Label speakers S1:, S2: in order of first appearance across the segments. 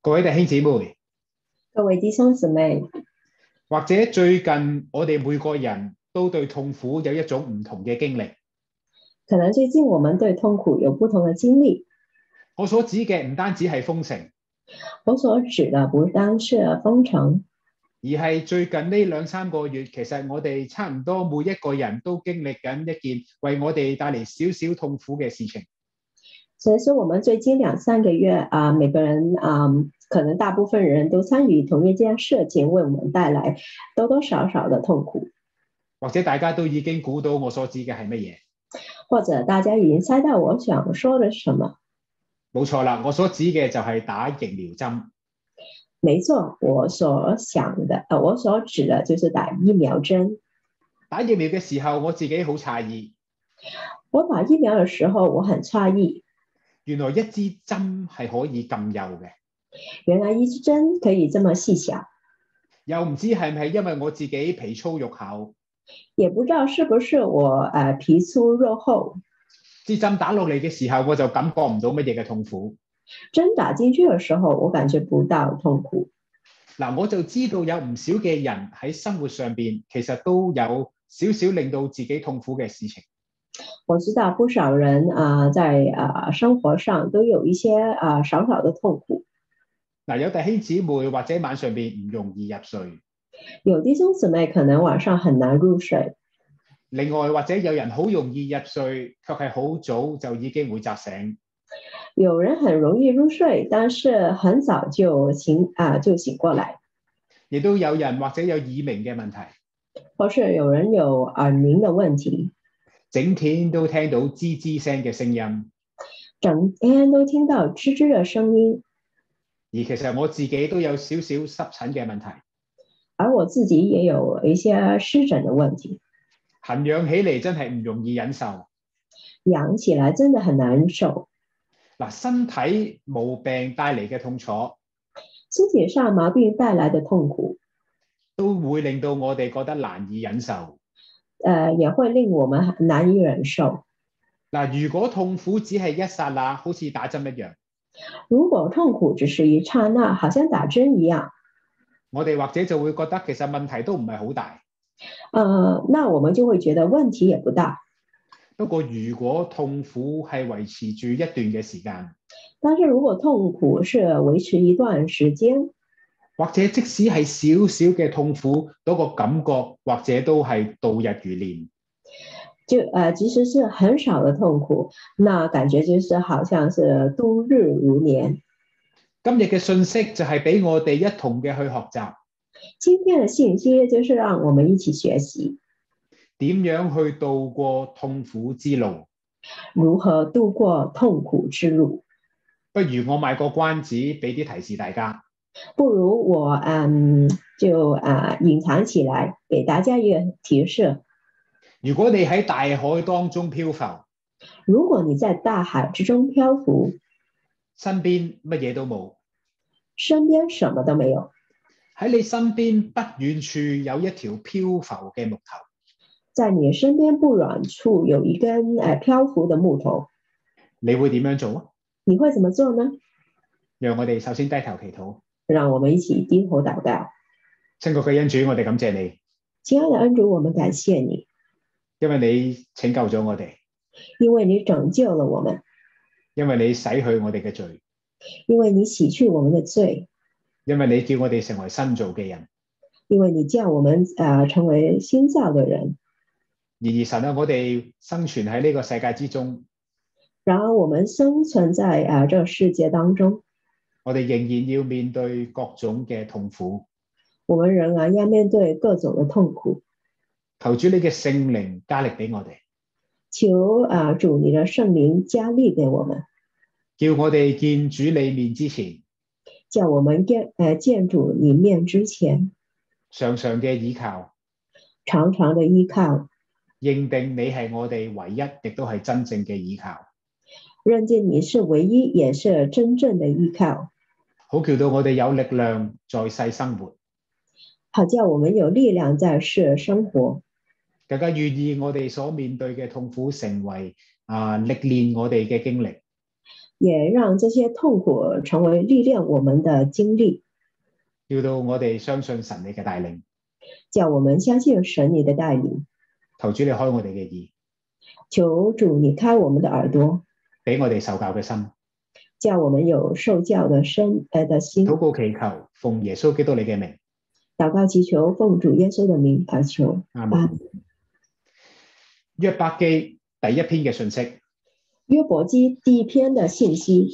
S1: 各位弟兄姊妹，
S2: 各位弟兄姊妹，
S1: 或者最近我哋每個人都對痛苦有一種唔同嘅經歷。
S2: 可能最近我们对痛苦有不同的经历。
S1: 我所指嘅唔單止係封城，
S2: 我所指的不单是封城，
S1: 而係最近呢兩三個月，其實我哋差唔多每一個人都經歷緊一件為我哋帶嚟少少痛苦嘅事情。
S2: 所以说我们最近两三个月啊，每个人啊，可能大部分人都参与同一件事情，为我们带来多多少少的痛苦，
S1: 或者大家都已經估到我所指嘅係乜嘢？
S2: 或者大家已经猜到我想说的是什么。
S1: 冇錯啦，我所指嘅就係打疫苗針。
S2: 没错，我所想的，呃，我所指的就是打疫苗针。
S1: 打疫苗嘅時候，我自己好詫異，
S2: 我打疫苗的时候，我很诧异，
S1: 原來一支針係可以咁幼嘅，
S2: 原来一支针可以这么细小，
S1: 又唔知係咪因為我自己皮粗肉厚，
S2: 也不知道是不是我呃皮粗肉厚，
S1: 支針打落嚟嘅時候，我就感覺唔到乜嘢嘅痛苦。
S2: 针打进去的时候，我感觉不到痛苦。
S1: 嗱，我就知道有唔少嘅人喺生活上邊，其實都有少少令到自己痛苦嘅事情。
S2: 我知道不少人啊、呃在啊、呃生活上都有一些啊、呃少少的痛苦。
S1: 嗱，有弟兄姊妹或者晚上邊唔容易入睡，
S2: 有弟兄姊妹可能晚上很难入睡，
S1: 另外或者有人好容易入睡，卻係好早就已經會扎醒。
S2: 有人很容易入睡，但是很早就醒啊、就醒过来，
S1: 亦都有人或者有耳鳴嘅問題，
S2: 或是有人有耳鸣的问题，
S1: 整天都聽到吱吱聲嘅聲音。
S2: 整天都听到吱吱的声音。
S1: 而其實我自己都有少少濕疹嘅問題，
S2: 而我自己也有一些湿疹的问题，
S1: 痕癢起嚟真係唔容易忍受。
S2: 痒起来真的很难受。
S1: 嗱，身體毛病帶嚟嘅痛楚，
S2: 身体上毛病带来的痛苦，
S1: 都會令到我哋覺得難以忍受。
S2: 呃，也会令我们很难以忍受。
S1: 嗱，如果痛苦只係一剎那，好似打針一樣，
S2: 如果痛苦只是一刹那，好像打针一样，
S1: 我哋或者就會覺得其實問題都唔係好大。
S2: 呃，那我们就会觉得问题也不大。
S1: 不過如果痛苦係維持住一段嘅時間，
S2: 但是如果痛苦是维持一段时间，
S1: 或者即使係少少嘅痛苦，嗰、個感覺或者都係度日如年。
S2: 就呃其实是很少的痛苦，那感觉就是好像是度日如年。
S1: 今日嘅信息就係俾我哋一同嘅去學習
S2: 今天的信息就是让我们一起学习
S1: 點樣去度過痛苦之路。
S2: 如何度过痛苦之路。
S1: 不如我賣個關子，俾啲提示大家。
S2: 不如我嗯就啊、呃隐藏起来，给大家一个提示。
S1: 如果你喺大海當中漂浮，
S2: 如果你在大海之中漂浮，
S1: 身邊乜嘢都冇，
S2: 身边什么都没有，
S1: 喺你身邊不遠處有一條漂浮嘅木頭，
S2: 在你身边不远处有一根呃漂浮的木头，
S1: 你會點樣做啊？
S2: 你会怎么做呢？
S1: 讓我哋首先低頭祈禱，
S2: 让我们一起低头祷告。
S1: 親愛嘅恩主，我哋感謝你，
S2: 亲爱的恩主，我们感谢你，
S1: 因為你拯救咗我哋，
S2: 因为你拯救了我们，
S1: 因為你洗去我哋嘅罪，
S2: 因为你洗去我们的罪，
S1: 因為你叫我哋成為新造嘅人。
S2: 因为你叫我们呃成为新造的人。
S1: 然而神啊，我哋生存喺呢個世界之中，
S2: 然而我们生存在呃这个世界当中，
S1: 我哋仍然要面對各種嘅痛苦。
S2: 我们仍然要面对各种的痛苦。
S1: 求主你嘅聖靈加力俾我哋，
S2: 求呃主你的圣灵加力给我们，
S1: 叫我哋見主你面之前，
S2: 叫我们见呃见主你面之前，
S1: 常常嘅倚靠，
S2: 常常的依靠，
S1: 認定你係我哋唯一，亦都係真正嘅倚靠，
S2: 认定你是唯一，也是真正的依靠，
S1: 好叫到我哋有力量在世生活，
S2: 好叫我们有力量在世生活，
S1: 更加願意我哋所面對嘅痛苦成為啊歷練我哋嘅經歷，
S2: 也让这些痛苦成为历练我们的经历，
S1: 叫到我哋相信神你嘅帶領。
S2: 叫我们相信神你的带领。
S1: 求主你開我哋嘅耳，
S2: 求主你开我们的耳朵，
S1: 俾我哋受教嘅心。
S2: 叫我们有受教的身呃的心。
S1: 禱告祈求，奉耶穌基督你嘅名，
S2: 祷告祈求，奉主耶稣的名祈求。
S1: 阿
S2: 啊
S1: 門。約伯記第一篇嘅信息
S2: 约伯记第一篇的信息，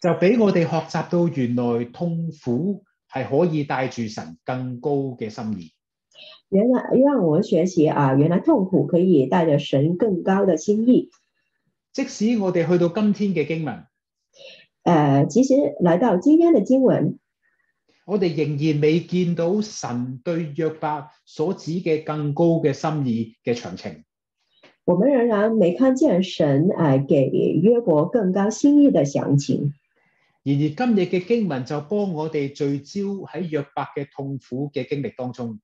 S1: 就俾我哋學習到原來痛苦係可以帶住神更高嘅心意。
S2: 原来让我们学习啊，原来痛苦可以带着神更高的心意。
S1: 即使我哋去到今天嘅經文，
S2: 呃，其实来到今天的经文，
S1: 我哋仍然未見到神對約伯所指嘅更高嘅心意嘅詳情。
S2: 我们仍然没看见神哎、呃给约伯更高心意的详情。
S1: 然而今日嘅經文就幫我哋聚焦喺約伯嘅痛苦嘅經歷當中。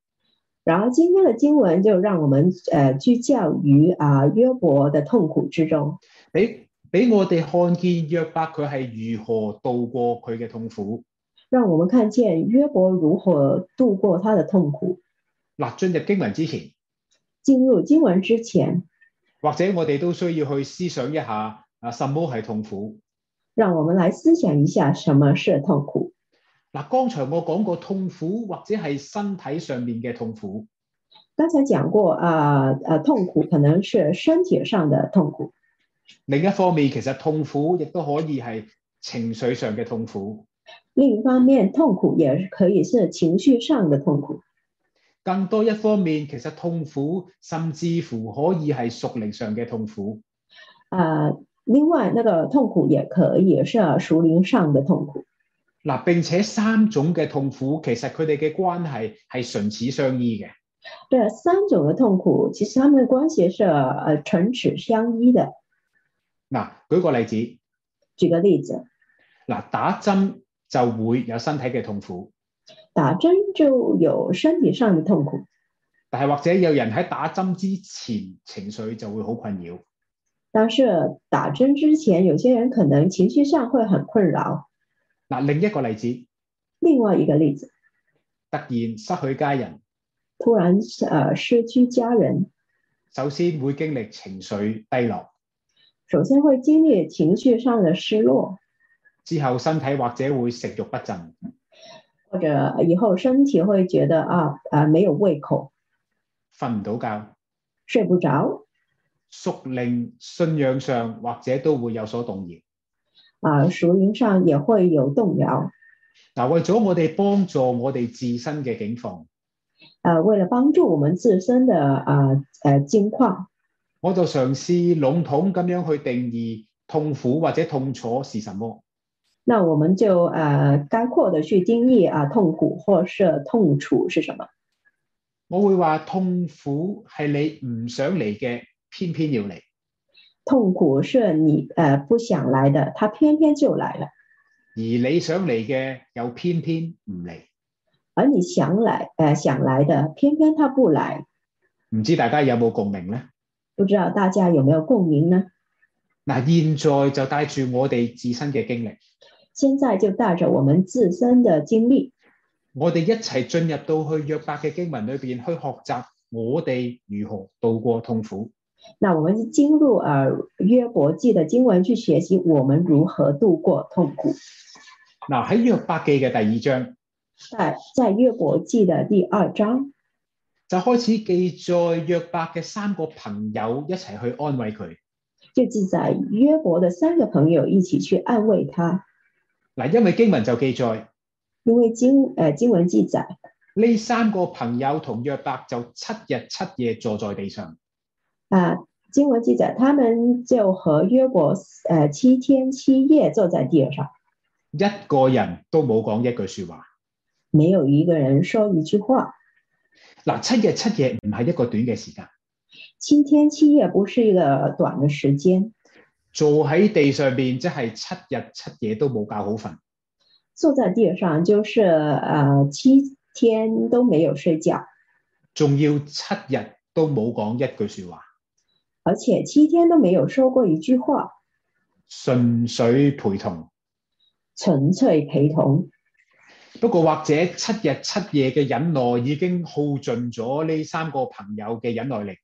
S2: 然后今天的经文就让我们呃聚焦于啊、约伯的痛苦之中，
S1: 俾俾我哋看見約伯佢係如何度過佢嘅痛苦。
S2: 让我们看见约伯如何度过他的痛苦。
S1: 嗱，進入經文之前，
S2: 进入经文之前，
S1: 或者我哋都需要去思想一下啊，什麼係痛苦？
S2: 让我们来思想一下什么是痛苦。
S1: 嗱，剛才我講過痛苦或者係身體上面嘅痛苦，
S2: 刚才讲过啊呃痛苦可能是身体上的痛苦，
S1: 另一方面其實痛苦亦都可以係情緒上嘅痛苦。
S2: 另一方面，痛苦也可以是情绪上的痛苦。
S1: 更多一方面，其實痛苦甚至乎可以係屬靈上嘅痛苦。
S2: 呃，另外那个痛苦也可以是属灵上的痛苦，
S1: 嗱，並且三種嘅痛苦，其實佢哋嘅關係係唇齒相依嘅。
S2: 这三种的痛苦其实它们的关系是呃唇齿相依的。
S1: 嗱，舉個例子，
S2: 举个例子，
S1: 嗱，打針就會有身體嘅痛苦，
S2: 打针就有身体上的痛苦，
S1: 但係或者有人喺打針之前情緒就會好困擾。
S2: 但是打针之前，有些人可能情绪上会很困扰。
S1: 嗱，另一個例子，
S2: 另外一个例子，
S1: 突然失去家人，
S2: 突然呃失去家人，
S1: 首先會經歷情緒低落，
S2: 首先会经历情绪上的失落，
S1: 之後身體或者會食慾不振。
S2: 或者以后身体会觉得啊啊没有胃口，
S1: 瞓唔到覺，
S2: 睡不着
S1: 屬靈信仰上或者都會有所動搖。
S2: 啊，属灵上也会有动摇。
S1: 嗱，為咗我哋幫助我哋自身嘅境況，
S2: 呃，为了帮助我们自身的呃呃境况，
S1: 我就嘗試籠統咁樣去定義痛苦或者痛楚是什麼。
S2: 那我们就呃概括的去定义啊痛苦或是痛楚是什么。
S1: 我會話痛苦係你唔想嚟嘅，偏偏要嚟；
S2: 痛苦是你呃不想来的，他偏偏就来了；
S1: 而你想嚟嘅又偏偏唔嚟。
S2: 而你想来呃想来的，偏偏他不来。
S1: 唔知大家有冇共鳴呢？
S2: 不知道大家有没有共鸣呢？
S1: 嗱，現在就帶住我哋自身嘅經歷，
S2: 现在就带着我们自身的经历，
S1: 我哋一齊進入到去約伯嘅經文裏邊去學習我哋如何度過痛苦。
S2: 那我们进入呃约伯记的经文去学习我们如何度过痛苦。
S1: 嗱，喺約伯記嘅第二章
S2: 在在约伯记的第二章
S1: 就開始記載約伯嘅三個朋友一齊去安慰佢。
S2: 就记载约伯的三个朋友一起去安慰他，
S1: 嗱，因為經文就記載
S2: 因为经呃经文记载。
S1: 呢三個朋友同約伯就七日七夜坐在地上。
S2: 啊，经文记载，他们就和约伯呃七天七夜坐在地上，
S1: 一個人都冇講一句説話。
S2: 没有一个人说一句话。
S1: 嗱，七日七夜唔係一個短嘅時間，
S2: 七天七夜不是一个短的时间，
S1: 坐喺地上邊即係七日七夜都冇覺好瞓。
S2: 坐在地上就是呃七天都没有睡觉，
S1: 仲要七日都冇講一句説話，
S2: 而且七天都没有说过一句话，
S1: 純粹陪同。
S2: 纯粹陪同。
S1: 不過或者七日七夜嘅忍耐已經耗盡咗呢三個朋友嘅忍耐力。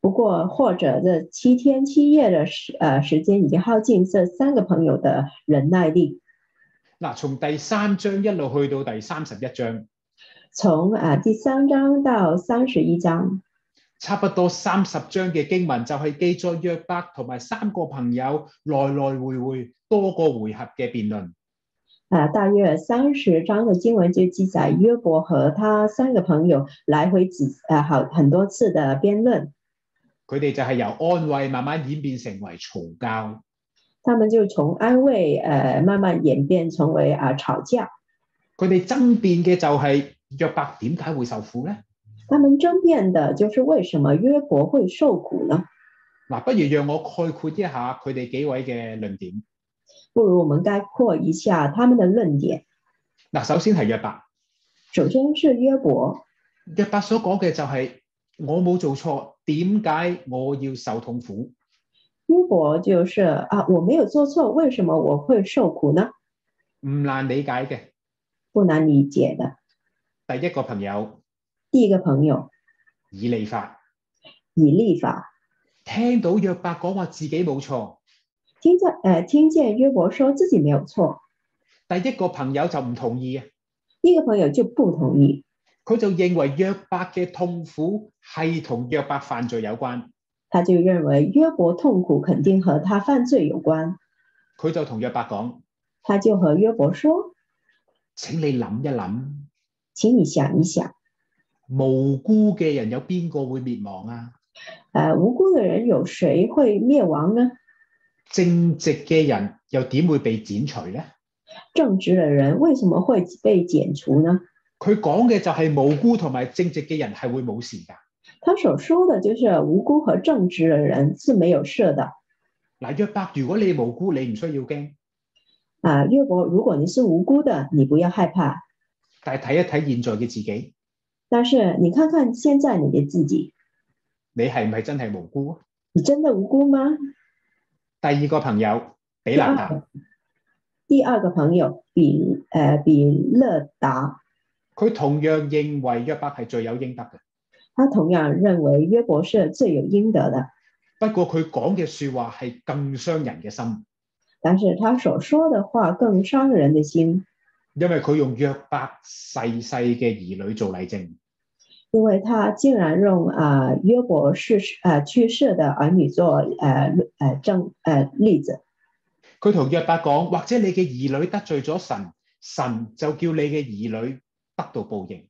S2: 不过，或者这七天七夜的时呃时间已经耗尽这三个朋友的忍耐力。
S1: 嗱，從第三章一路去到第三十一章，
S2: 从啊、呃第三章到三十一章，
S1: 差不多三十章嘅經文就係記載約伯同埋三個朋友來來回回多個回合嘅辯論。
S2: 啊、大约三十章的经文就记载约伯和他三个朋友来回几呃好很多次的辩论，
S1: 佢哋就係由安慰慢慢演變成為嘈交。
S2: 他们就从安慰呃慢慢演变成为啊、吵架，
S1: 佢哋爭辯嘅就係約伯點解會受苦呢？
S2: 他们争辩的就是为什么约伯会受苦呢？
S1: 嗱，不如讓我概括一下佢哋幾位嘅論點。
S2: 不如我们概括一下他们的论点。
S1: 嗱，首先係約伯，
S2: 首先是约伯，
S1: 約伯所講嘅就係、我冇做錯，點解我要受痛苦？
S2: 约伯就是啊，我没有做错，为什么我会受苦呢？
S1: 唔難理解嘅。
S2: 不难理解的。
S1: 第一個朋友
S2: 第一个朋友
S1: 以利法
S2: 以利法，
S1: 聽到約伯講話自己冇錯，
S2: 听见呃听见约伯说自己没有错，
S1: 第一個朋友就唔同意啊，
S2: 第一个朋友就不同意，
S1: 佢就認為約伯嘅痛苦係同約伯犯罪有關，
S2: 他就认为约伯痛苦肯定和他犯罪有关，
S1: 佢就同約伯講：
S2: 他就和约伯说，
S1: 請你諗一諗，
S2: 请你想一想，
S1: 無辜嘅人有邊個會滅亡啊？
S2: 呃，无辜的人有谁会灭亡呢？
S1: 正直嘅人又點會被剪除呢？
S2: 正直的人为什么会被剪除呢？
S1: 佢講嘅就係無辜同埋正直嘅人係會冇事㗎。
S2: 他所说的就是无辜和正直的人是没有事的。
S1: 嗱，約伯，如果你無辜，你唔需要驚，
S2: 啊，约伯，如果你是无辜的，你不要害怕。
S1: 但係睇一睇現在嘅自己，
S2: 但是你看看现在你的自己，
S1: 你係唔係真係無辜啊？
S2: 你真的无辜吗？
S1: 第二個朋友比拿達，
S2: 第二个朋友比呃比勒达，
S1: 佢同樣認為約伯係罪有應得嘅，
S2: 他同样认为约伯是罪有应得的，
S1: 不過佢講嘅説話係更傷人嘅心，
S2: 但是他所说的话更伤人的心，
S1: 因為佢用約伯逝世嘅兒女做例證。
S2: 因为他竟然用啊、约伯逝呃去世的儿女做呃呃证呃例子，
S1: 佢同約伯講：或者你嘅兒女得罪咗神，神就叫你嘅兒女得到報應。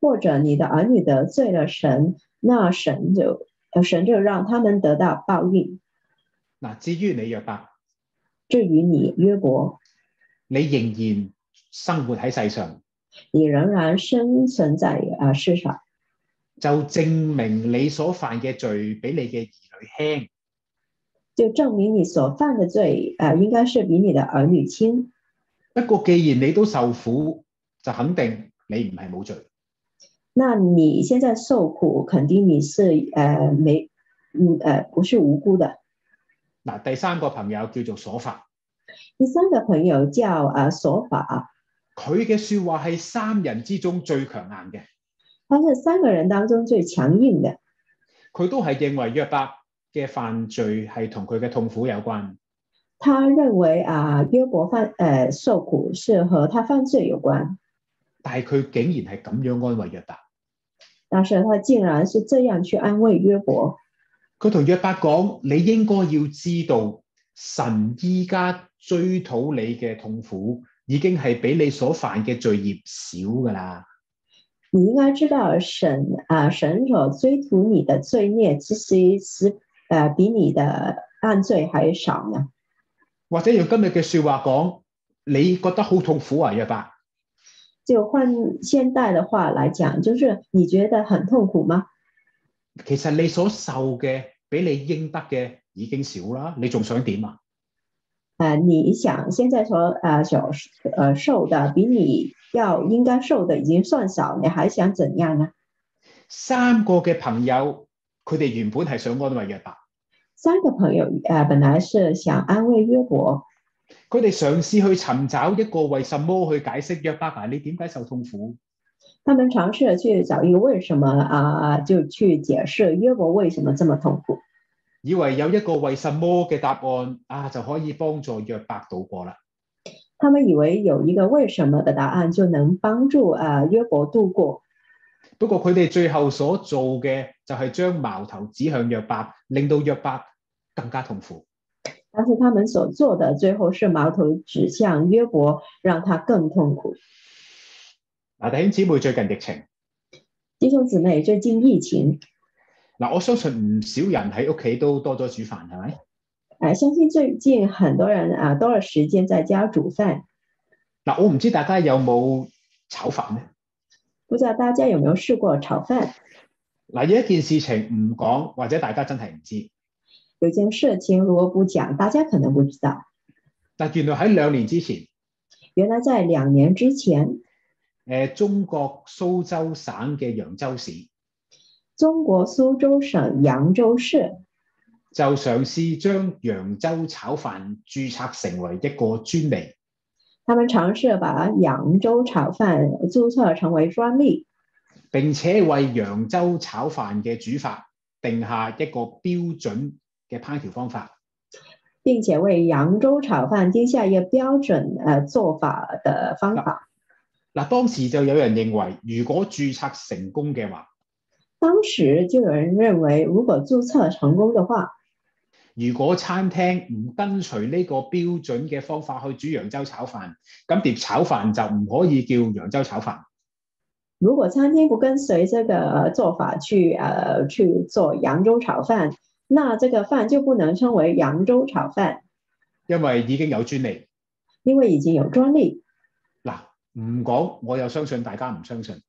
S2: 或者你的儿女得罪了神，那神就呃神就让他们得到报应。
S1: 嗱，至於你約伯，
S2: 至于你约伯，
S1: 你仍然生活喺世上，
S2: 你仍然生存在啊、世上。
S1: 就證明你所犯嘅罪比你嘅兒女輕。
S2: 就证明你所犯的罪，呃，应该是比你的儿女轻。
S1: 不過既然你都受苦，就肯定你唔係冇罪。
S2: 那你现在受苦，肯定你是呃没，嗯呃不是无辜的。
S1: 嗱，第三個朋友叫做所法，
S2: 第三个朋友叫呃索法，
S1: 佢嘅説話係三人之中最強硬嘅，
S2: 他是三个人当中最强硬的，
S1: 佢都係認為約伯嘅犯罪係同佢嘅痛苦有關。
S2: 他认为啊、约伯犯呃受苦是和他犯罪有关，
S1: 但係佢竟然係咁樣安慰約伯。
S2: 但是他竟然是这样去安慰约伯，
S1: 佢同約伯講：你應該要知道，神依家追討你嘅痛苦，已經係比你所犯嘅罪孽少㗎啦。
S2: 你应该知道神啊，神所追吐你的罪孽，其实是呃比你的犯罪还少呢。
S1: 或者用今日嘅説話講，你覺得好痛苦啊，約伯。
S2: 就换现代的话来讲，就是你觉得很痛苦吗？
S1: 其實你所受嘅比你應得嘅已經少啦，你仲想點啊？
S2: 呃，你想现在所呃所呃受的比你要应该受的已经算少，你还想怎样呢？
S1: 三個嘅朋友，佢哋原本係想安慰約伯，
S2: 三个朋友呃本来是想安慰约伯，
S1: 佢哋嘗試去尋找一個為什麼去解釋約伯啊，你點解受痛苦？
S2: 他们尝试着去找一个为什么啊、就去解释约伯为什么这么痛苦，
S1: 以為有一個為什麼嘅答案啊，就可以幫助約伯渡過啦。
S2: 他们以为有一个为什么的答案就能帮助啊、约伯度过，
S1: 不過佢哋最後所做嘅就係將矛頭指向約伯，令到約伯更加痛苦。
S2: 但是他们所做的最后是矛头指向约伯，让他更痛苦。
S1: 嗱，弟兄姊妹最近疫情
S2: 弟兄姊妹，最近疫情，
S1: 嗱，我相信唔少人喺屋企都多咗煮飯，係咪？
S2: 呃，相信最近很多人啊、多了时间在家煮饭，
S1: 嗱，我唔知大家有冇炒飯咧？
S2: 不知道大家有没有试过炒饭？
S1: 嗱，有一件事情唔講，或者大家真係唔知，
S2: 有件事情如果不讲，大家可能不知道，
S1: 但原來喺兩年之前，
S2: 原来在两年之前，
S1: 誒中國蘇州省嘅揚州市
S2: 中国苏州省扬州市
S1: 就嘗試將揚州炒飯註冊成為一個專利。
S2: 他们尝试把扬州炒饭注册成为专利，
S1: 並且為揚州炒飯嘅煮法定下一個標準嘅烹調方法。
S2: 并且为扬州炒饭定下一个标准呃做法的方法。
S1: 嗱，當時就有人認為，如果註冊成功嘅話，
S2: 当时就有人认为，如果注册成功的话，
S1: 如果餐廳唔跟隨呢個標準嘅方法去煮揚州炒飯，咁碟炒飯就唔可以叫揚州炒飯。
S2: 如果餐厅不跟随这个做法去呃去做扬州炒饭，那这个饭就不能称为扬州炒饭，
S1: 因為已經有專利。
S2: 因为已经有专利。
S1: 嗱，唔講我又相信大家唔相信。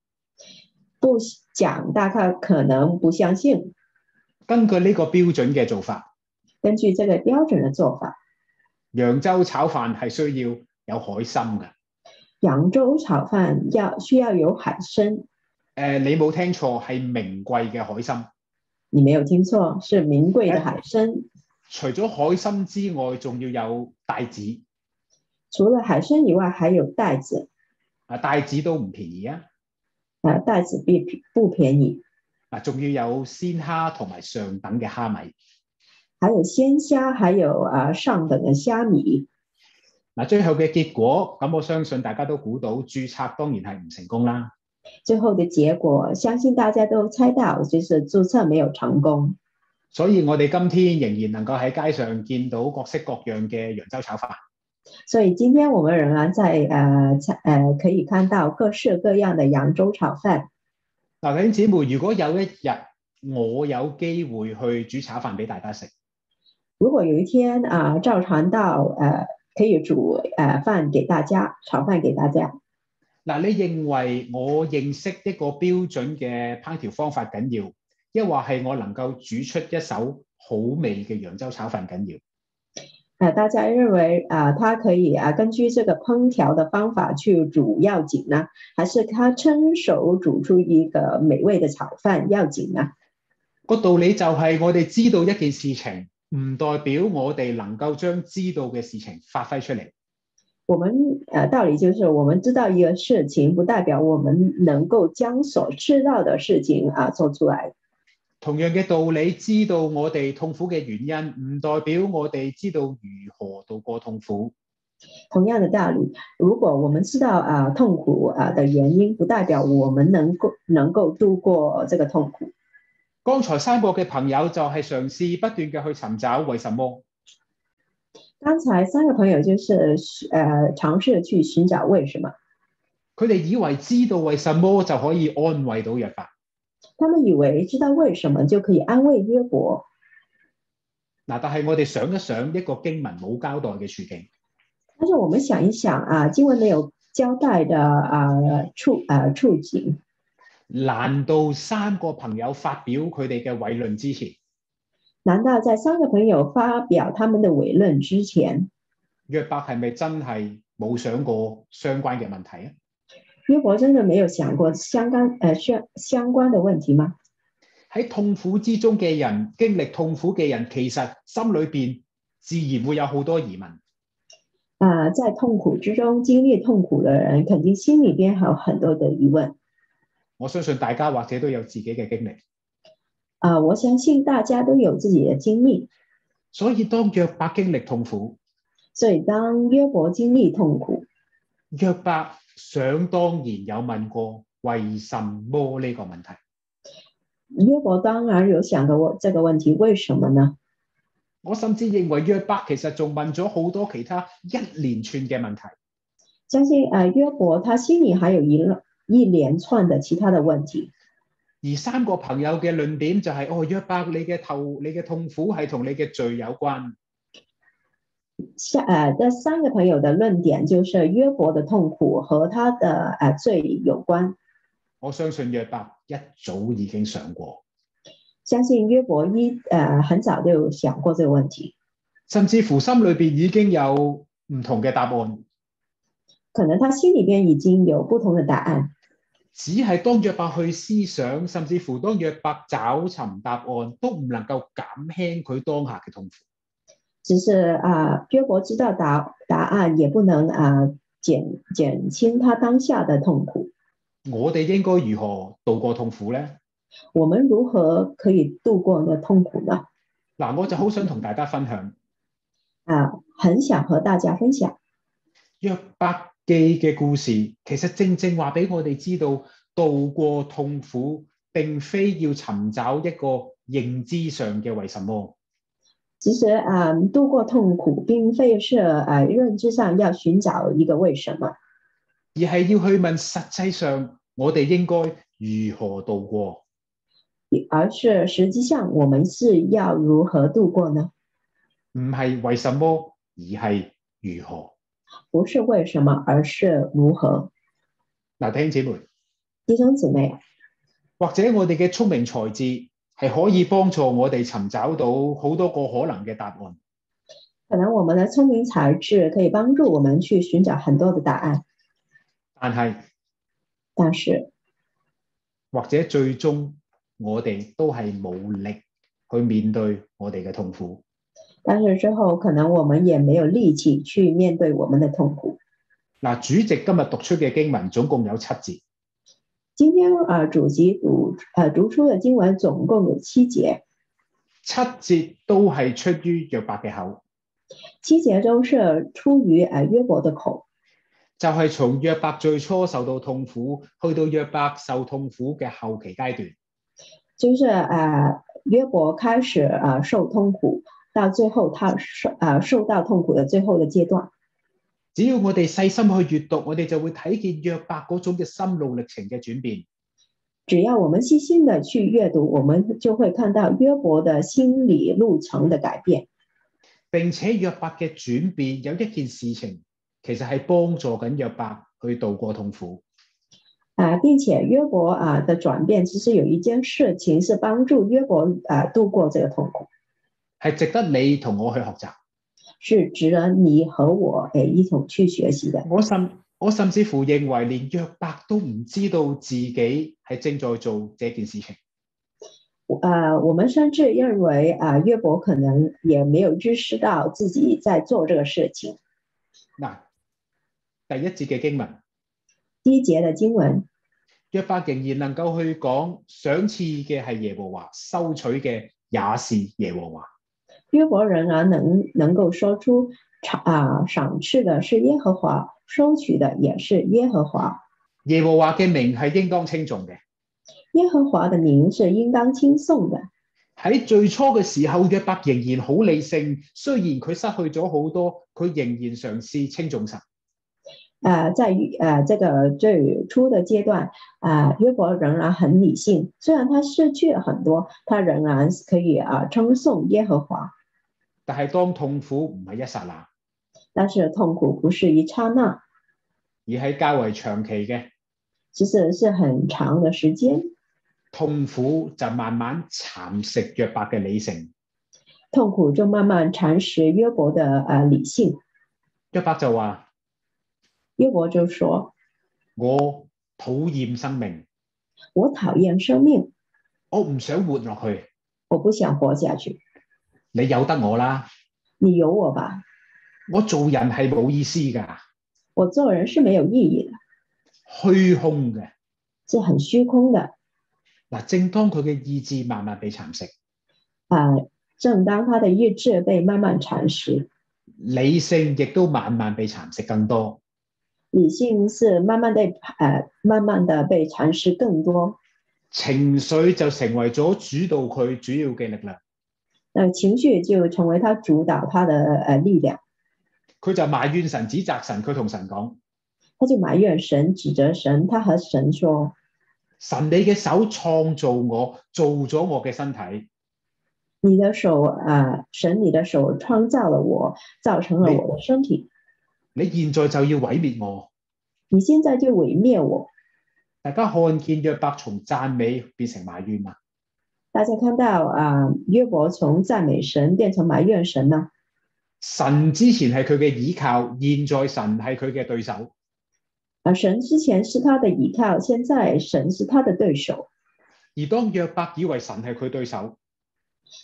S2: 不讲大家可能不相信，
S1: 根據呢個標準嘅做法，
S2: 根据这个标准的做法，
S1: 揚州炒飯係需要有海參嘅。誒、
S2: 扬州炒饭要需要有海参。
S1: 呃你冇聽錯，係名貴嘅海參。
S2: 你没有听错，是名贵的海参。
S1: 除咗海參之外，仲要有帶子。
S2: 除了海参以外，还有带子，
S1: 啊，帶子都唔便宜啊！
S2: 呃，带子比不便宜，
S1: 嗱，啊仲要有鮮蝦同埋上等嘅蝦米。
S2: 还有鲜虾，还有呃上等的虾米。
S1: 嗱，最後嘅結果，咁我相信大家都估到，註冊當然係唔成功啦。
S2: 最后的结果，相信大家都猜到，就是注册没有成功。
S1: 所以我哋今天仍然能夠喺街上見到各式各樣嘅揚州炒飯。
S2: 所以今天我们仍然在呃菜呃可以看到各式各样的扬州炒饭。
S1: 嗱，弟兄姊妹，如果有一日我有機會去煮炒飯俾大家食，
S2: 如果有一天啊、呃赵传道呃可以煮呃饭给大家，炒饭给大家，
S1: 嗱，你認為我認識一個標準嘅烹調方法緊要，抑或係我能夠煮出一手好味嘅揚州炒飯緊要？
S2: 呃，大家认为啊、呃，他可以啊、呃根据这个烹调的方法去煮要紧呢，还是他亲手煮出一个美味的炒饭要紧呢？
S1: 個道理就係我哋知道一件事情，唔代表我哋能夠將知道嘅事情發揮出嚟。
S2: 我们呃，道理就是我们知道一个事情，不代表我们能够将所知道的事情啊、做出来。
S1: 同樣嘅道理，知道我哋痛苦嘅原因，唔代表我哋知道如何度過痛苦。
S2: 同样的道理，如果我们知道啊、痛苦啊、的原因，不代表我们能够能够度过这个痛苦。
S1: 剛才三個嘅朋友就係嘗試不斷嘅去尋找為什麼。
S2: 刚才三个朋友就是呃尝试去寻找为什么。
S1: 佢哋以為知道為什麼就可以安慰到約伯。
S2: 他们以为知道为什么就可以安慰约伯，
S1: 嗱，但係我哋想一想一個經文冇交代嘅處境。
S2: 但是我们想一想啊，经文没有交代的啊处啊处境，
S1: 難道三個朋友發表佢哋嘅偉論之前，
S2: 难道在三个朋友发表他们的伪论之前，
S1: 約伯係咪真係冇想過相關嘅問題啊？
S2: 约伯真的没有想过相干呃相相关的问题吗？
S1: 喺痛苦之中嘅人，經歷痛苦嘅人，其實心裏邊自然會有好多疑問。
S2: 啊、在痛苦之中经历痛苦的人，肯定心里边还有很多的疑问
S1: 我相信大家或者都有自己嘅經歷。
S2: 啊、我相信大家都有自己的经历，
S1: 所以當約伯經歷痛苦，
S2: 所以当约伯经历痛苦，
S1: 約伯想當然有問過為什麼呢個問題。
S2: 约伯当然有想过这个问题，为什么呢？
S1: 我甚至認為約伯其實仲問咗好多其他一連串嘅問題。
S2: 相信啊、约伯他心里还有一一连串的其他的问题。
S1: 而三個朋友嘅論點就係、哦，約伯你嘅頭，你嘅痛苦係同你嘅罪有關。
S2: 下呃，那三个朋友的论点就是约伯的痛苦和他的呃罪有关。
S1: 我相信約伯一早已經想過，
S2: 相信约伯一呃很早就有想过这个问题，
S1: 甚至乎心裏邊已經有唔同嘅答案。
S2: 可能他心里边已经有不同的答案。
S1: 只係當約伯去思想，甚至乎當約伯找尋答案，都唔能夠減輕佢當下嘅痛苦。
S2: 只是啊、约伯知道答答案，也不能啊、减减轻他当下的痛苦。
S1: 我哋應該如何度過痛苦呢？
S2: 我们如何可以度过呢痛苦呢？
S1: 嗱，我就好想同大家分享
S2: 啊、很想和大家分享
S1: 約伯記嘅故事，其實正正話俾我哋知道，度過痛苦並非要尋找一個認知上嘅為什麼。
S2: 其实啊、度过痛苦并非是呃认知上要寻找一个为什么，
S1: 而係要去問實際上我哋應該如何度過。
S2: 而是实际上我们是要如何度过呢？
S1: 唔係為什麼，而係如何。
S2: 不是为什么，而是如何。
S1: 嗱，弟兄姊妹，
S2: 弟兄姊妹，
S1: 或者我哋嘅聰明才智係可以幫助我哋尋找到好多個可能嘅答案，
S2: 可能我们的聪明才智可以帮助我们去寻找很多的答案，
S1: 但係
S2: 但是
S1: 或者最終我哋都係冇力去面對我哋嘅痛苦。
S2: 但是之后可能我们也没有力气去面对我們的痛苦。
S1: 嗱，主席今日讀出嘅經文總共有七節，
S2: 今天啊、呃主席读呃读出的经文总共有七节，
S1: 七節都係出於約伯嘅口，
S2: 七节都是出于呃约伯的口，
S1: 就係、從約伯最初受到痛苦，去到約伯受痛苦嘅後期階段。
S2: 就是呃约伯开始呃受痛苦，到最后他受呃受到痛苦的最后的阶段。
S1: 只要我哋細心去閱讀，我哋就會睇見約伯嗰種嘅心路歷程嘅轉變。
S2: 只要我们细心的去阅读，我们就会看到约伯的心理路程的改变，
S1: 並且約伯嘅轉變有一件事情，其實係幫助緊約伯去度過痛苦，
S2: 啊、并且约伯啊、的转变，其实有一件事情是帮助约伯啊、度过这个痛苦，
S1: 係值得你同我去學習。
S2: 是值得你和我诶一同去学习的。
S1: 我甚我甚至乎認為，連約伯都唔知道自己係正在做這件事情。
S2: 呃，我们甚至认为啊、约伯可能也没有意识到自己在做这个事情。
S1: 嗱，第一節嘅經文，
S2: 第一节的经文，
S1: 約伯仍然能夠去講賞賜嘅係耶和華，收取嘅也是耶和華。
S2: 约伯仍然能能够说出赏啊、赏赐的是耶和华，收取的也是耶和华。
S1: 耶和華嘅名係應當稱重嘅。
S2: 耶和华的名是应当轻颂的。
S1: 喺最初嘅時候，約伯仍然好理性，雖然佢失去咗好多，佢仍然嘗試稱重神。
S2: 呃，在于呃这个最初的阶段，啊、约伯仍然很理性，虽然他失去了很多，他仍然可以啊、称颂耶和华。
S1: 但係當痛苦唔係一剎那，
S2: 但是痛苦不是一刹那，
S1: 而係較為長期嘅
S2: 其实是很长的时间。
S1: 痛苦，就慢慢蠶食約伯嘅理性。
S2: 痛苦就慢慢蚕食约伯的呃理性。
S1: 約伯就話：
S2: 约伯就说
S1: 我討厭生命，
S2: 我讨厌生命，
S1: 我唔想活落去，
S2: 我不想活下去，
S1: 你由得我啦。
S2: 你有我吧，
S1: 我做人係冇意思㗎，
S2: 我做人是没有意义的，
S1: 虛空嘅。
S2: 是很虚空的。
S1: 嗱，正當佢嘅意志慢慢被蠶食，
S2: 啊、正当他的意志被慢慢蚕食，
S1: 理性亦都慢慢被蠶食更多。
S2: 理性是慢慢的呃慢慢的被蚕食更多，
S1: 情緒就成為咗主導佢主要嘅力量，
S2: 呃情绪就成为他主导他的呃力量，
S1: 佢就埋怨神、指責神，佢同神講：
S2: 他就埋怨神，指责神，他和神说
S1: 神你嘅手創造我，做咗我嘅身體，：“
S2: 你的手啊、呃神，你的手创造了我，造成了我的身体，
S1: 你現在就要毀滅我。
S2: 你现在就毁灭我。”
S1: 大家看見約伯從讚美變成埋怨啦，啊
S2: 大家看到啊、呃约伯从赞美神变成埋怨神呢？
S1: 神之前係佢嘅倚靠，現在神係佢嘅對手。
S2: 啊，神之前是他的依靠，现在神是他的对手。
S1: 而當約伯以為神係佢對手，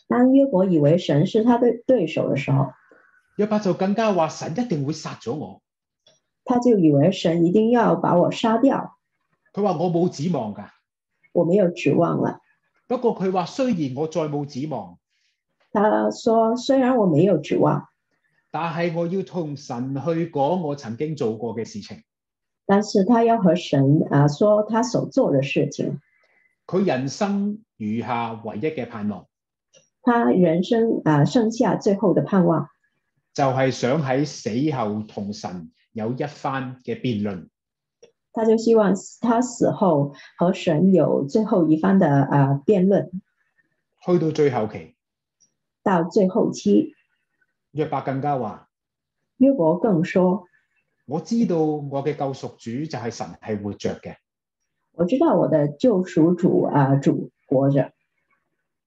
S2: 当约伯以为神是他的对手的时候，
S1: 約伯就更加話神一定會殺咗我。
S2: 他就以为神一定要把我杀掉，
S1: 佢話我冇指望㗎，
S2: 我没有指望了。
S1: 不過佢話雖然我再冇指望，
S2: 他说：“虽然我没有指望，
S1: 但係我要同神去講我曾經做過嘅事情。
S2: 但是他要和神啊说他所做的事情，
S1: 佢人生餘下唯一嘅盼望，
S2: 他人生啊剩下最后的盼望，
S1: 就係、想喺死後同神有一番嘅辯論。
S2: 他就希望他死后和神有最后一番的啊辩论。
S1: 去到最後期，
S2: 到最后期，
S1: 約伯更加話：
S2: 约伯更说：
S1: 我知道我嘅救贖主就係神係活着嘅，
S2: 我知道我的救赎主啊主活着。”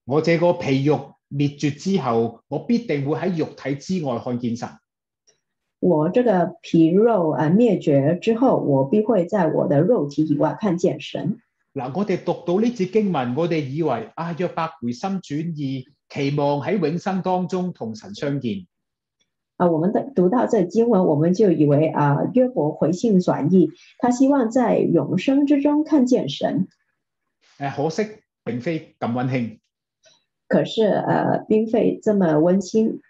S1: 我這個皮肉滅絕之後，我必定會喺肉體之外看見神。
S2: 我这个皮肉啊灭绝之后，我必会在我的肉体以外看见神。
S1: 嗱，我哋讀到呢節經文，我哋以為啊，約伯回心轉意，期望喺永生當中同神相見。
S2: 啊，我们的读到这经文，我们就以为啊，约伯回信转意，他希望在永生之中看见神。
S1: 誒，可惜並非咁温馨。
S2: 可是呃，并非这么温馨。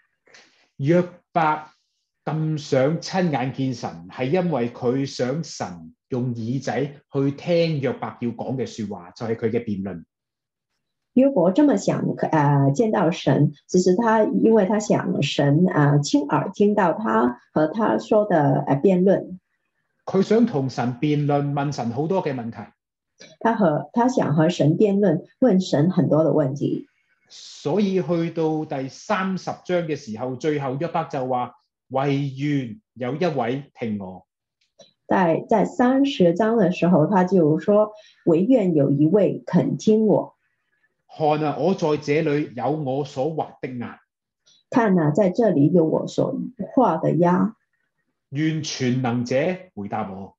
S1: 約伯咁想親眼見神，係因為佢想神用耳仔去聽約伯要講嘅説話，就係佢嘅辯論。
S2: 约伯这么想，呃，见到神，其实他因为他想神啊、呃亲耳听到他和他说的呃辩论，
S1: 佢想同神辯論，問神好多嘅問題，
S2: 他和他想和神辩论，问神很多的问题。
S1: 所以去到第三十章嘅時候，最後約伯就話：唯願有一位聽我。
S2: 在在三十章的时候，他就说：“唯愿有一位肯听我。
S1: 看啊，我在這裏有我所畫的眼，
S2: 看呐、在这里有我所画的押。
S1: 願全能者回答我。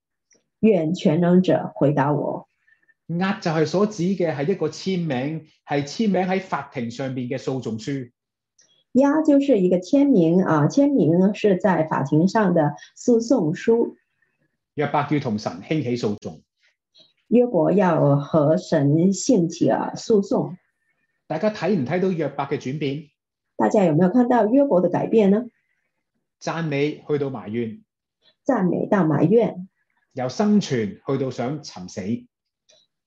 S2: 愿全能者回答我。
S1: 押就係所指嘅係一個簽名，係簽名喺法庭上邊嘅訴訟書。
S2: 押就是一个签名啊，签名是在法庭上的诉讼书。
S1: 約伯要同神興起訴訟，
S2: 约伯要和神兴起啊诉讼。
S1: 大家睇唔睇到約伯嘅轉變？
S2: 大家有没有看到约伯的改变呢？
S1: 讚美去到埋怨，
S2: 赞美到埋怨
S1: 由生存去到想尋死。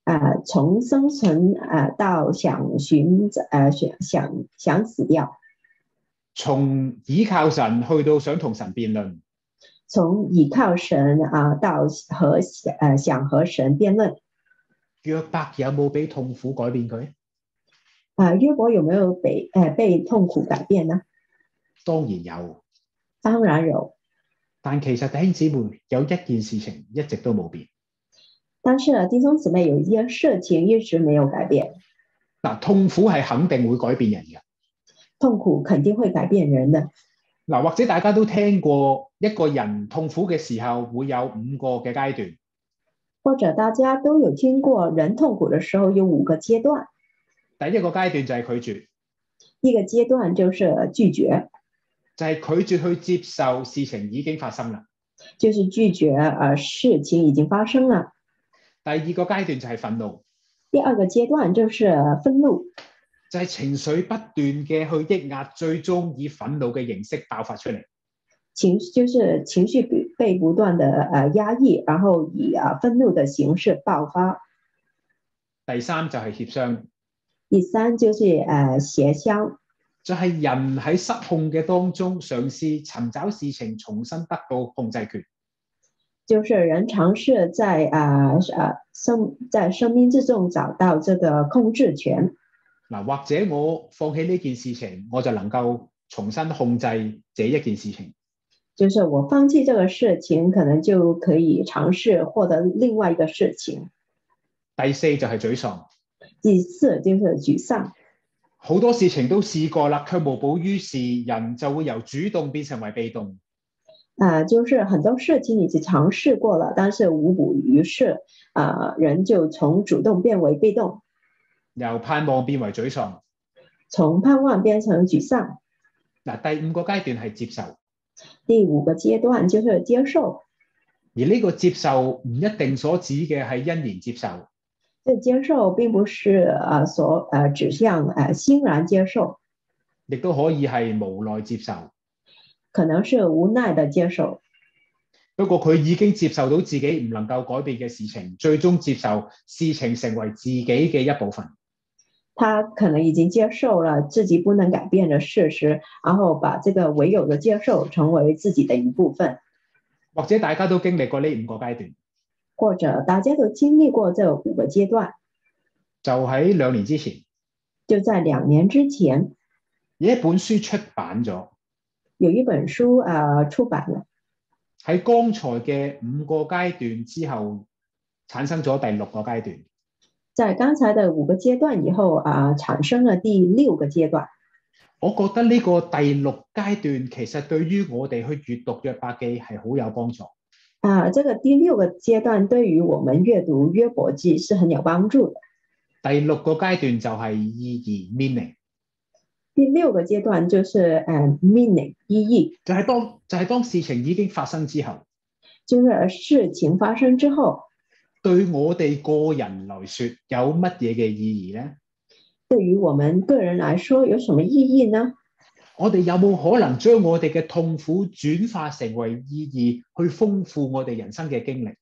S2: 啊、从生存啊、到想寻呃想想想死掉。
S1: 從倚靠神去到想同神辯論，
S2: 从倚靠神啊到和呃想和神辩论
S1: 約伯有冇俾痛苦改變佢？
S2: 啊，约伯有没有被呃被痛苦改变呢？
S1: 當然有，
S2: 当然有，
S1: 但其實弟兄姊妹有一件事情一直都冇變。
S2: 但是呢，弟兄姊妹有一件事情一直没有改變，
S1: 嗱，痛苦係肯定會改變人嘅。
S2: 痛苦肯定會改變人的。
S1: 嗱，或者大家都聽過一個人痛苦嘅時候會有五個嘅階段。
S2: 或者大家都有聽過，人痛苦的時候有五個階段，
S1: 第一個階段就係拒絕，
S2: 一个阶段就是拒绝，
S1: 就係、拒絕去接受事情已經發生啦。
S2: 就是拒绝呃事情已经发生了。
S1: 第二個階段就係憤怒，
S2: 第二个阶段就是呃愤怒，
S1: 就係、情緒不斷嘅去抑壓，最終以憤怒嘅形式爆發出嚟。
S2: 情就是情绪被被不断的呃压抑，然后以啊愤怒的形式爆发。
S1: 第三就係協商，
S2: 第三就是呃协商，
S1: 就係、人喺失控嘅當中嘗試尋找事情重新得到控制權。
S2: 就是人尝试在啊呃生在生命之中找到这个控制权。
S1: 嗱，或者我放棄呢件事情，我就能夠重新控制這一件事情。
S2: 就是我放弃这个事情，可能就可以尝试获得另外一个事情。
S1: 第四就係沮喪，
S2: 第四就是沮丧，
S1: 好多事情都試過啦，卻無補於事，人就會由主動變成為被動。
S2: 啊，就是很多事情已经尝试过了，但是无补于事，啊，人就从主动变为被动，
S1: 由盼望變為沮喪。
S2: 从盼望变成沮丧。
S1: 嗱，第五個階段係接受，而
S2: 第五个阶段就是接受，
S1: 呢個接受唔一定所指嘅係欣然接受，
S2: 这接受并不是呃所呃指向呃欣然接受，
S1: 亦都可以係無奈接受。
S2: 可能是无奈的接受。
S1: 不過佢已經接受到自己唔能夠改變嘅事情，最終接受事情成為自己嘅一部分。
S2: 他可能已经接受了自己不能改变的事实，然后把这个唯有的接受成为自己的一部分，
S1: 或者大家都經歷過呢五個階段，
S2: 或者大家都经历过这五个阶段。
S1: 就喺兩年之前，
S2: 就在两年之前，
S1: 有一本書出版咗，
S2: 有一本书呃出版了，
S1: 喺剛才嘅五個階段之後，產生咗第六個階段。
S2: 在刚才的五个阶段以后啊、呃产生了第六个阶段。
S1: 我覺得呢個第六階段其實對於我哋去閱讀約伯記係好有幫助。
S2: 啊、这个第六个阶段对于我们阅读约伯记是很有帮助的。
S1: 第六個階段就係意義 meaning，
S2: 第六个阶段就是呃 meaning 意义，
S1: 就係當就係當事情已經發生之後，
S2: 就是事情发生之后，
S1: 對我哋個人來說有乜嘢嘅意義呢？
S2: 对于我们个人来说有什么意义呢？
S1: 我哋有冇可能將我哋嘅痛苦轉化成為意義，去豐富我哋人生嘅經歷？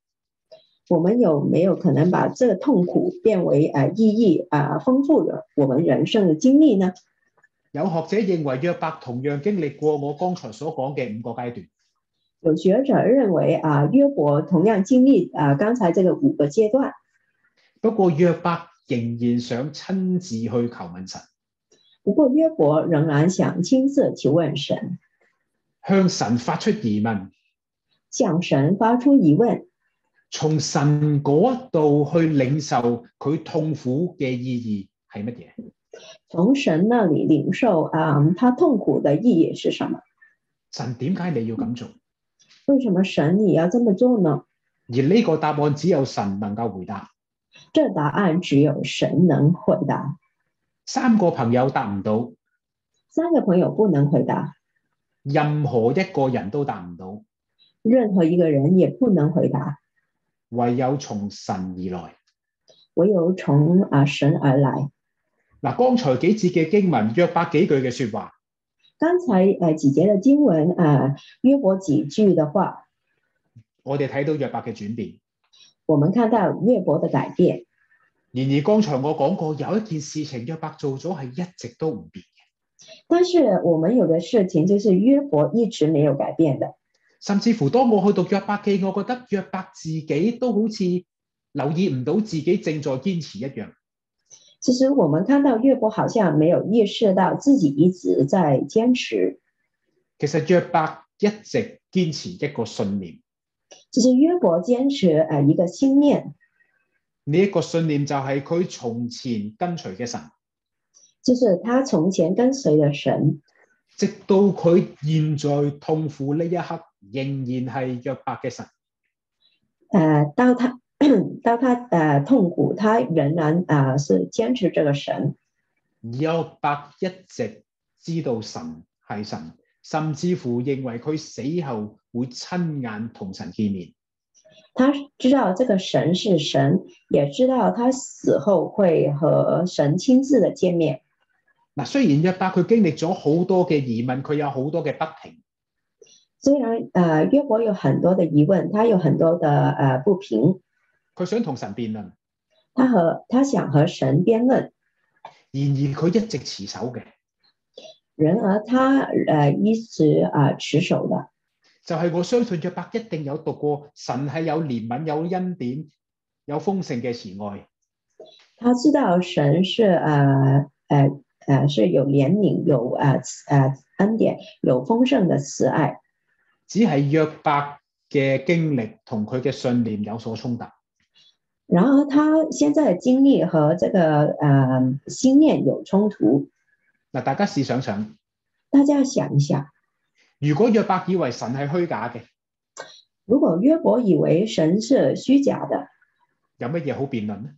S2: 我们有没有可能把这个痛苦变为呃意义啊、呃丰富了我们人生的经历呢？
S1: 有學者認為約伯同樣經歷過我剛才所講嘅五個階段，
S2: 有学者认为啊、约伯同样经历啊、刚才这个五个阶段，
S1: 不過約伯仍然想親自去求問神。
S2: 不过约伯仍然想亲自求问神，
S1: 向神發出疑問，
S2: 向神发出疑问，
S1: 從神嗰度去領受佢痛苦嘅意義係乜嘢？
S2: 从神那里领受啊、他痛苦的意义是什么？
S1: 神點解你要咁做？
S2: 为什么神你要这么做呢？
S1: 而呢個答案只有神能夠回答。
S2: 这答案只有神能回答。
S1: 三個朋友答唔到，
S2: 三个朋友不能回答，
S1: 任何一個人都答唔到，
S2: 任何一个人也不能回答，
S1: 唯有從神而來。
S2: 唯有从啊、神而来。
S1: 嗱，剛才幾節嘅經文，約百幾句嘅说話，
S2: 刚才呃几节的经文啊、约伯几句的话，
S1: 我哋睇到約伯嘅轉變。
S2: 我们看到约伯的改变。
S1: 然而剛才我講過，有一件事情約伯做咗係一直都唔變，
S2: 但是我们有的事情就是约伯一直没有改变的，
S1: 甚至乎當我去讀約伯記，我覺得約伯自己都好似留意唔到自己正在堅持一樣。
S2: 其实我们看到约伯好像没有意识到自己一直在坚持。
S1: 其實約伯一直堅持一個信念，
S2: 其实约伯坚持呃一个信念，
S1: 呢、一個信念就係佢從前跟隨嘅神，
S2: 就是他從前跟随的神，
S1: 直到佢現在痛苦呢一刻，仍然係約伯嘅神。
S2: 呃，到 他到他呃痛苦，他仍然啊、呃是坚持这个神。
S1: 約伯一直知道神係神，甚至乎認為佢死後會親眼同神見面。
S2: 他知道这个神是神，也知道他死后会和神亲自的见面。
S1: 嗱，雖然約伯佢經歷咗好多嘅疑問，佢有好多嘅不平，
S2: 虽然呃约伯有很多的疑问，他有很多的呃不平，
S1: 佢想同神辯論，然
S2: 他和他想和神辩论，
S1: 而佢一直持守嘅
S2: 然而他呃一直啊、呃持守的，
S1: 就係、我相信約伯一定有讀過神係有憐憫、有恩典、有豐盛嘅慈愛。
S2: 他知道神是呃呃呃是有怜悯、有呃慈呃恩典、有丰盛的慈爱，
S1: 只係約伯嘅經歷同佢嘅信念有所衝突。
S2: 然而他现在的经历和这个呃心念有冲突。
S1: 嗱，大家試想想，
S2: 大家想一下，
S1: 如果約伯以為神係虛假嘅，
S2: 如果约伯以为神是虚假的，
S1: 有乜嘢好辯論呢？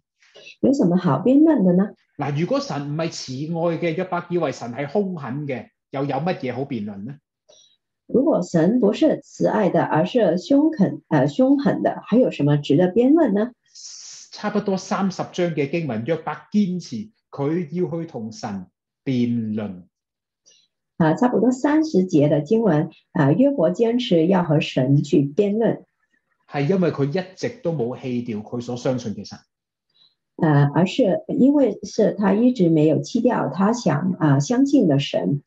S2: 有什么好辩论的呢？
S1: 嗱，如果神唔係慈愛嘅，約伯以為神係兇狠嘅，又有乜嘢好辯論呢？
S2: 如果神不是慈爱的，而是凶狠呃凶狠的，还有什么值得辩论呢？
S1: 差不多三十章嘅經文，約伯堅持佢要去同神辯論。
S2: 啊，差不多三十节的经文啊，约伯坚持要和神去辩论，
S1: 係因為佢一直都冇棄掉佢所相信嘅神，
S2: 啊，而是因为是他一直没有弃掉他想啊相信的神，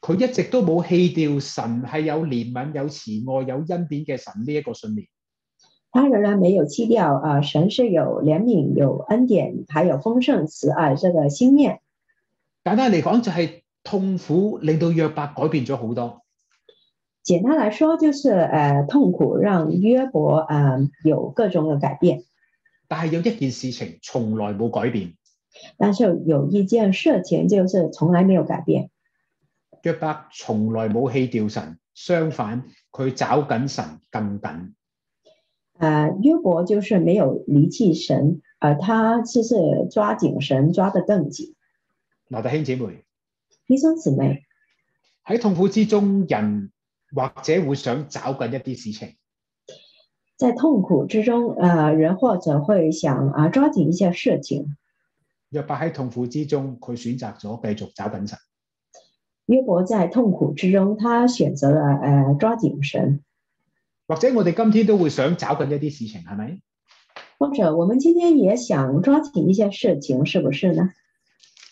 S1: 佢一直都冇棄掉神係有憐憫、有慈愛、有恩典嘅神呢一個信念。
S2: 他仍然没有弃掉啊神是有怜悯、有恩典，还有丰盛慈爱这个心念。
S1: 簡單嚟講，就係痛苦令到約伯改變咗好多，
S2: 简单来说，就是呃痛苦让约伯啊有各种的改变，
S1: 但係有一件事情從來冇改變。
S2: 但是有一件事情就是从来没有改变。
S1: 約伯從來冇棄掉神，相反佢找緊神更緊。
S2: 呃，约伯就是没有离弃神，呃，他就是抓紧神抓得更紧。
S1: 嗱，弟兄姊妹
S2: 弟兄姊妹，
S1: 喺痛苦之中，人或者會想找緊一啲事情，
S2: 在痛苦之中，呃，人或者会想啊、抓紧一些事情。
S1: 約伯喺痛苦之中，佢選擇咗繼續找緊神。
S2: 约伯在痛苦之中，他选择了呃抓紧神，
S1: 或者我哋今天都會想找緊一啲事情，係咪？
S2: 或者我们今天也想抓紧一些事情，是不是呢？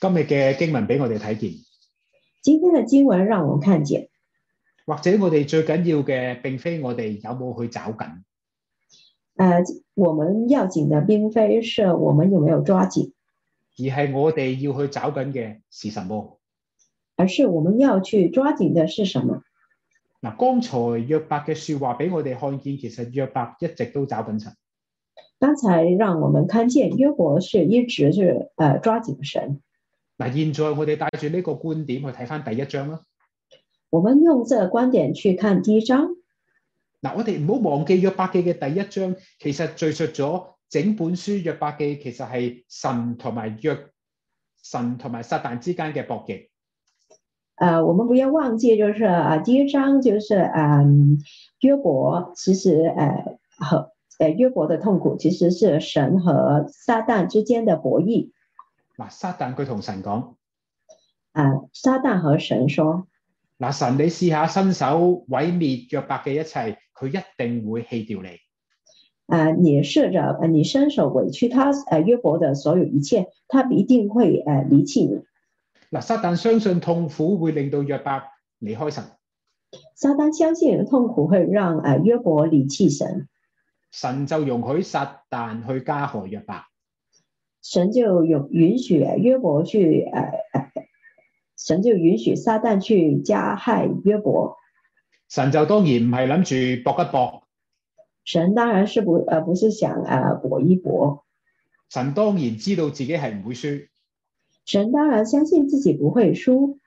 S1: 今日嘅經文俾我哋睇見，
S2: 今天的经文让我们看见，
S1: 或者我哋最緊要嘅並非我哋有冇去找緊。
S2: 呃，我们要紧的并非是我们有没有抓紧，
S1: 而係我哋要去找緊嘅是什麼？
S2: 而是我们要去抓紧的是什么。
S1: 嗱，剛才約伯嘅説話俾我哋看見，其實約伯一直都找緊神，
S2: 刚才让我们看见约伯是一直是呃抓紧神。
S1: 嗱，現在我哋帶住呢個觀點去睇翻第一章啦。
S2: 我们用这个观点去看第一章，
S1: 嗱，我哋唔好忘記約伯記嘅第一章，其實敘述咗整本書約伯記其實係神同埋約神同埋撒旦之間嘅博弈。
S2: 呃，我们不要忘记，就是呃第一章就是嗯、约伯其实呃和呃约伯的痛苦其实是神和撒旦之间的博弈
S1: 嗱，撒旦佢同神講：
S2: 啊、呃撒旦和神说
S1: 嗱，神你試下伸手毀滅約伯嘅一切，佢一定會棄掉你。
S2: 呃你试着呃你伸手委屈他呃约伯的所有一切，他一定会呃离弃你。
S1: 嗱，撒旦相信痛苦會令到約伯離開神，
S2: 撒旦相信痛苦会让呃约伯离弃神。
S1: 神就容許撒旦去加害約伯。
S2: 神就允允许约伯去呃呃，神就允许撒旦去加害约伯。
S1: 神就當然唔係諗住搏一搏，
S2: 神当然是不呃不是想呃搏一搏，
S1: 神當然知道自己係唔會輸，
S2: 神当然相信自己不会输，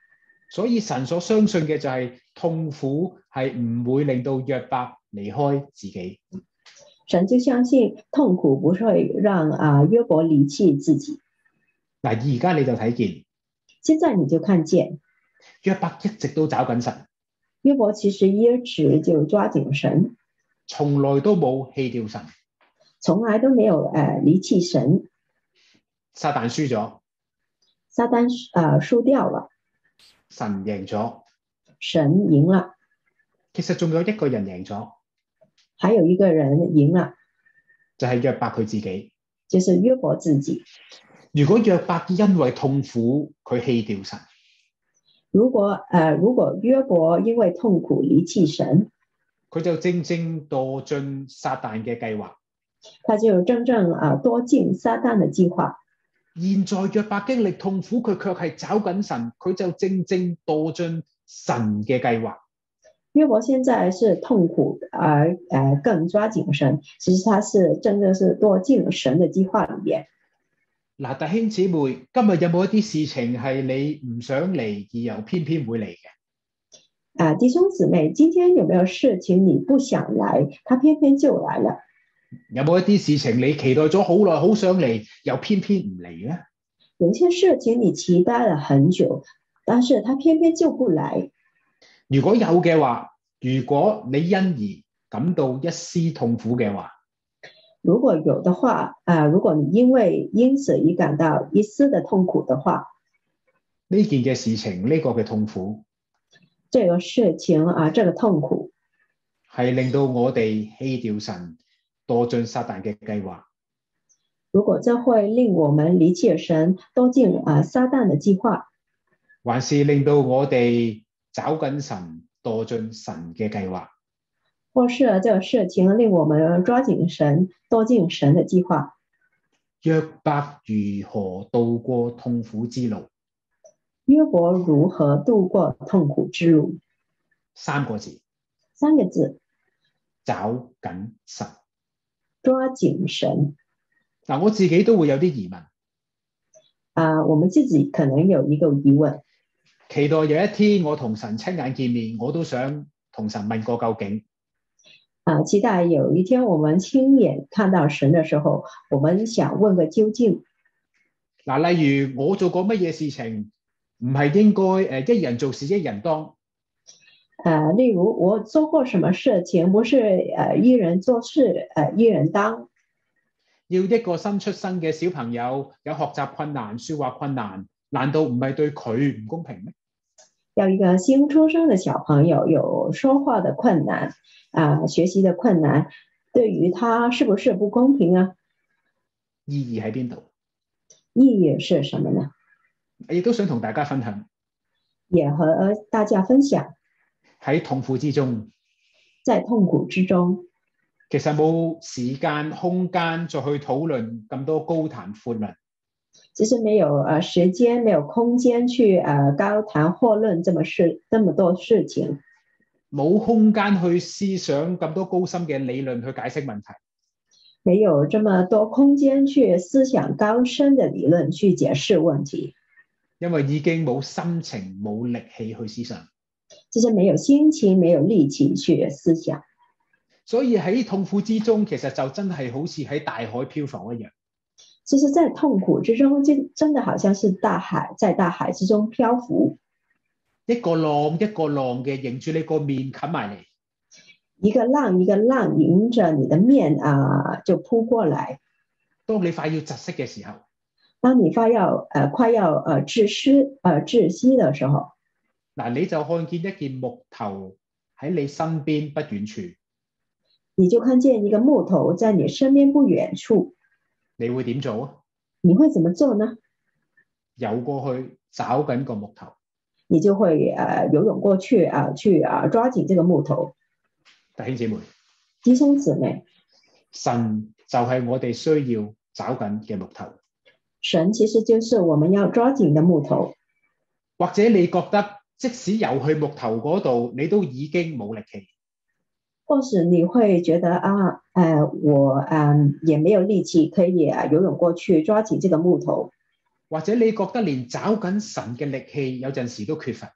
S1: 所以神所相信嘅就係痛苦係唔會令到約伯離開自己。
S2: 神就相信痛苦不会让啊、呃约伯离弃自己。
S1: 嗱，而家你就睇見
S2: 现在你就看见
S1: 約伯一直都找緊神，
S2: 约伯其实一直就抓紧神，
S1: 從來都冇棄掉神。
S2: 从来都没有呃离弃神。
S1: 撒旦輸咗，
S2: 撒旦呃输掉了，
S1: 神贏咗。
S2: 神赢了，
S1: 其實仲有一個人贏咗，
S2: 还有一个人赢了，
S1: 就係、約伯佢自己。
S2: 就是约伯自己。
S1: 如果約伯因為痛苦佢棄掉神，
S2: 如果呃如果约伯因为痛苦离弃神，
S1: 佢就正正墮進撒旦嘅計劃。
S2: 他就真正啊、呃多进撒旦的计划。
S1: 現在約伯經歷痛苦，佢卻係找緊神，佢就正正墮進神嘅計劃。
S2: 约伯现在是痛苦而呃更抓紧神，其实他是真的是多进了神的计划里面。
S1: 嗱，弟兄姊妹，今日有冇一啲事情係你唔想嚟而又偏偏會嚟嘅？
S2: 啊、弟兄姊妹，今天有没有事情你不想来，他偏偏就来了？
S1: 有冇一啲事情你期待咗好耐，好想嚟，又偏偏唔嚟呢？
S2: 有些事情你期待了很久，但是他偏偏就不来。
S1: 如果有嘅話，如果你因而感到一絲痛苦嘅話，
S2: 如果有的话，啊、如果你因为因此而感到一丝的痛苦的话，
S1: 呢件嘅事情，呢、個嘅痛苦
S2: 这个事情啊、这个痛苦
S1: 係令到我哋棄掉神，墮進撒旦嘅計劃。
S2: 如果这会令我们离弃神，都进啊、撒旦的计划，
S1: 還是令到我哋找緊神，墮進神嘅計劃。
S2: 或是啊这个事情令我们抓紧神，多进神的计划。
S1: 約伯如何渡過痛苦之路？
S2: 约伯如何度过痛苦之路？
S1: 三個字：
S2: 三个字：
S1: 找緊神。
S2: 抓紧神。
S1: 嗱，我自己都會有啲疑問，
S2: 啊、我们自己可能有一个疑问，
S1: 期待有一天我同神親眼見面，我都想同神問個究竟。
S2: 啊、期待有一天我们亲眼看到神的时候，我们想问个究竟。
S1: 嗱，例如我做過乜嘢事情，唔係應該誒一人做事一人當，
S2: 呃，例如我做過什麼事情，不是呃一人做事，呃一人當。
S1: 要一個新出生嘅小朋友有學習困難、説話困難，難道唔係對佢唔公平咩？
S2: 要一個新出生的小朋友有說話的困難，啊、學習的困難，對於他是不是不公平啊？
S1: 意義喺邊度？
S2: 意義是什麼呢？
S1: 亦都想同大家分享
S2: 也和大家分享，
S1: 喺痛苦之中，
S2: 在痛苦之中，
S1: 其實冇時間空間再去討論咁多高談闊論。
S2: 其實沒有呃時間，沒有空間去呃高談闊論這麼事這麼多事情，
S1: 冇空間去思想咁多高深嘅理論去解釋問題，
S2: 没有這麼多空間去思想高深的理論去解釋問題，
S1: 因為已經冇心情、冇力氣去思想。
S2: 其實沒有心情，沒有力氣去思想。
S1: 所以喺痛苦之中，其實就真係好似喺大海漂浮一樣，
S2: 其實，在痛苦之中，真真的好像是大海在大海之中漂浮，
S1: 一個浪一個浪嘅迎住你個面冚埋嚟。
S2: 一個浪一個浪迎着你的面啊、就撲過來。
S1: 當你快要窒息嘅時候，
S2: 当你发要呃快要呃窒息呃窒息的时候，
S1: 嗱你就看見一件木頭喺你身邊不遠處，
S2: 你就看見一個木頭在你身邊不遠處，
S1: 你會點做啊？
S2: 你會怎麼做呢？
S1: 游過去找緊個木頭。
S2: 你就會呃游泳過去啊、去啊、抓緊這個木頭。
S1: 弟兄姊妹，
S2: 弟兄姊妹，
S1: 神就係我哋需要找緊嘅木頭。
S2: 神其實就是我們要抓緊的木頭。
S1: 或者你覺得即使游去木頭嗰度，你都已經冇力氣。
S2: 或是你會覺得啊，呃，我嗯、也沒有力氣可以啊游泳過去抓緊這個木頭。
S1: 或者你覺得連找緊神嘅力氣有陣時都缺乏，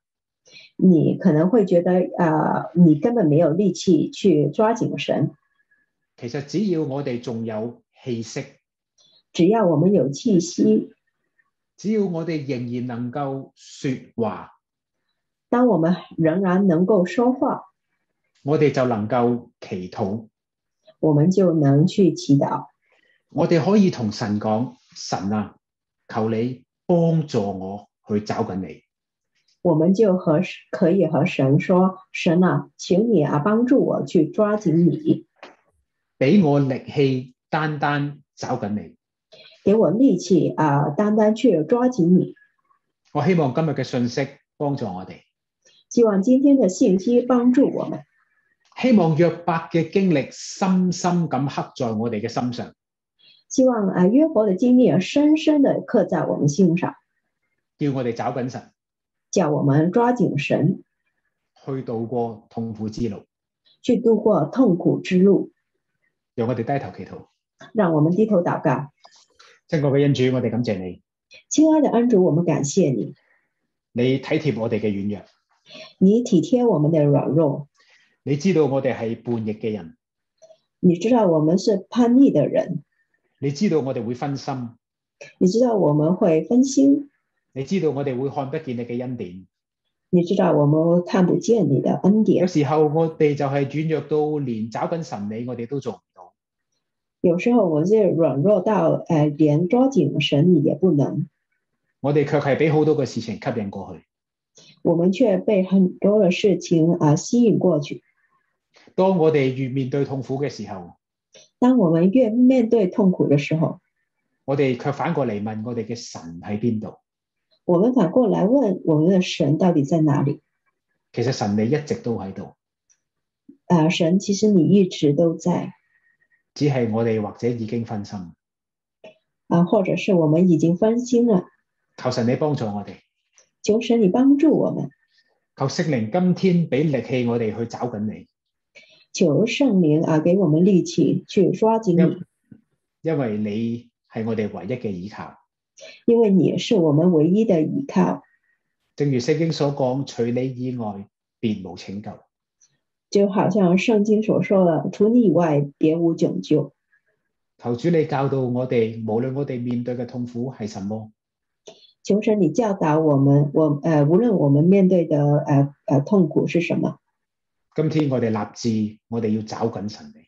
S2: 你可能會覺得呃，你根本沒有力氣去抓緊神。
S1: 其實只要我哋仲有氣息，
S2: 只要我們有氣息，
S1: 只要我哋仍然能夠说話，
S2: 当我们仍然能够说话，
S1: 我哋就能夠祈禱，
S2: 我们就能去祈祷。
S1: 我哋可以同神講：神啊，求你幫助我去找緊你。
S2: 我们就和可以和神说：“神啊，请你啊帮助我去抓紧你，
S1: 俾我力氣，單單找緊你。
S2: 给我力气啊，单单去抓紧你。
S1: 我希望今日嘅信息幫助我哋，”
S2: 希望今天的信息帮助我们，
S1: 希望約伯嘅經歷深深咁刻在我哋嘅心上，
S2: 希望啊约伯的经历深深的刻在我们心上，
S1: 叫我哋找緊神，
S2: 叫我们抓紧神
S1: 去度過痛苦之路。
S2: 去度过痛苦之路。
S1: 讓我哋低頭祈禱，
S2: 让我们低头祷告，
S1: 真愛嘅恩主，我哋感謝你，
S2: 亲爱的恩主，我们感谢你，
S1: 你體貼我哋嘅軟弱，
S2: 你体贴我们的软弱，
S1: 你知道我哋係叛逆嘅人，
S2: 你知道我们是叛逆的人，
S1: 你知道我哋會分心，
S2: 你知道我们会分心，
S1: 你知道我哋會看不見你嘅恩典。
S2: 你知道我们看不见你的恩
S1: 有
S2: 典，
S1: 時候我哋就係軟弱到連找緊神你，我哋都做唔到。
S2: 有时候我们是软弱到呃，连抓紧神你也不能，
S1: 我哋卻係俾好多嘅事情吸引過去。
S2: 我们却被很多的事情啊、吸引过去。
S1: 當我哋越面對痛苦嘅時候，
S2: 当我们越面對痛苦的时候，
S1: 我哋卻反過嚟問我哋嘅神喺邊度？
S2: 我们反过来问我们的神到底在哪里？
S1: 其實神你一直都喺度，
S2: 啊，神，其实你一直都在
S1: 只係我哋或者已經分心。
S2: 啊、或者是我们已经分心了。
S1: 求神你幫助我哋，
S2: 求神你帮助我们，
S1: 求聖靈今天俾力氣我哋去找緊你，
S2: 求圣灵啊、给我们力气去抓紧你，
S1: 因為你係我哋唯一嘅依靠。
S2: 因为你是我们唯一的依靠。
S1: 正如聖經所講，除你以外，別無拯救。
S2: 就好像圣经所说的，除你以外别无拯救。
S1: 求主你教導我哋，無論我哋面對嘅痛苦係什麼，
S2: 求神，你教导我们，我呃，无论我们面对的呃呃痛苦是什么，
S1: 今天我哋立志，我哋要找緊神你。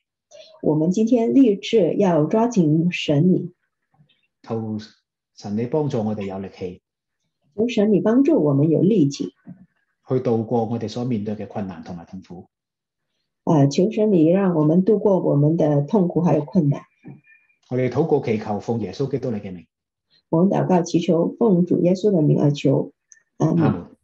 S2: 我们今天立志要抓紧神你，
S1: 求神你幫助我哋有力氣。
S2: 求神你帮助我们有力气，
S1: 去度過我哋所面對嘅困難同埋痛苦。
S2: 呃，求神你让我们度过我们的痛苦还有困难。
S1: 我哋禱告祈求，奉耶穌基督你嘅名，
S2: 我们祷告祈求，奉主耶稣的名而求，阿
S1: 阿
S2: 门。
S1: 門。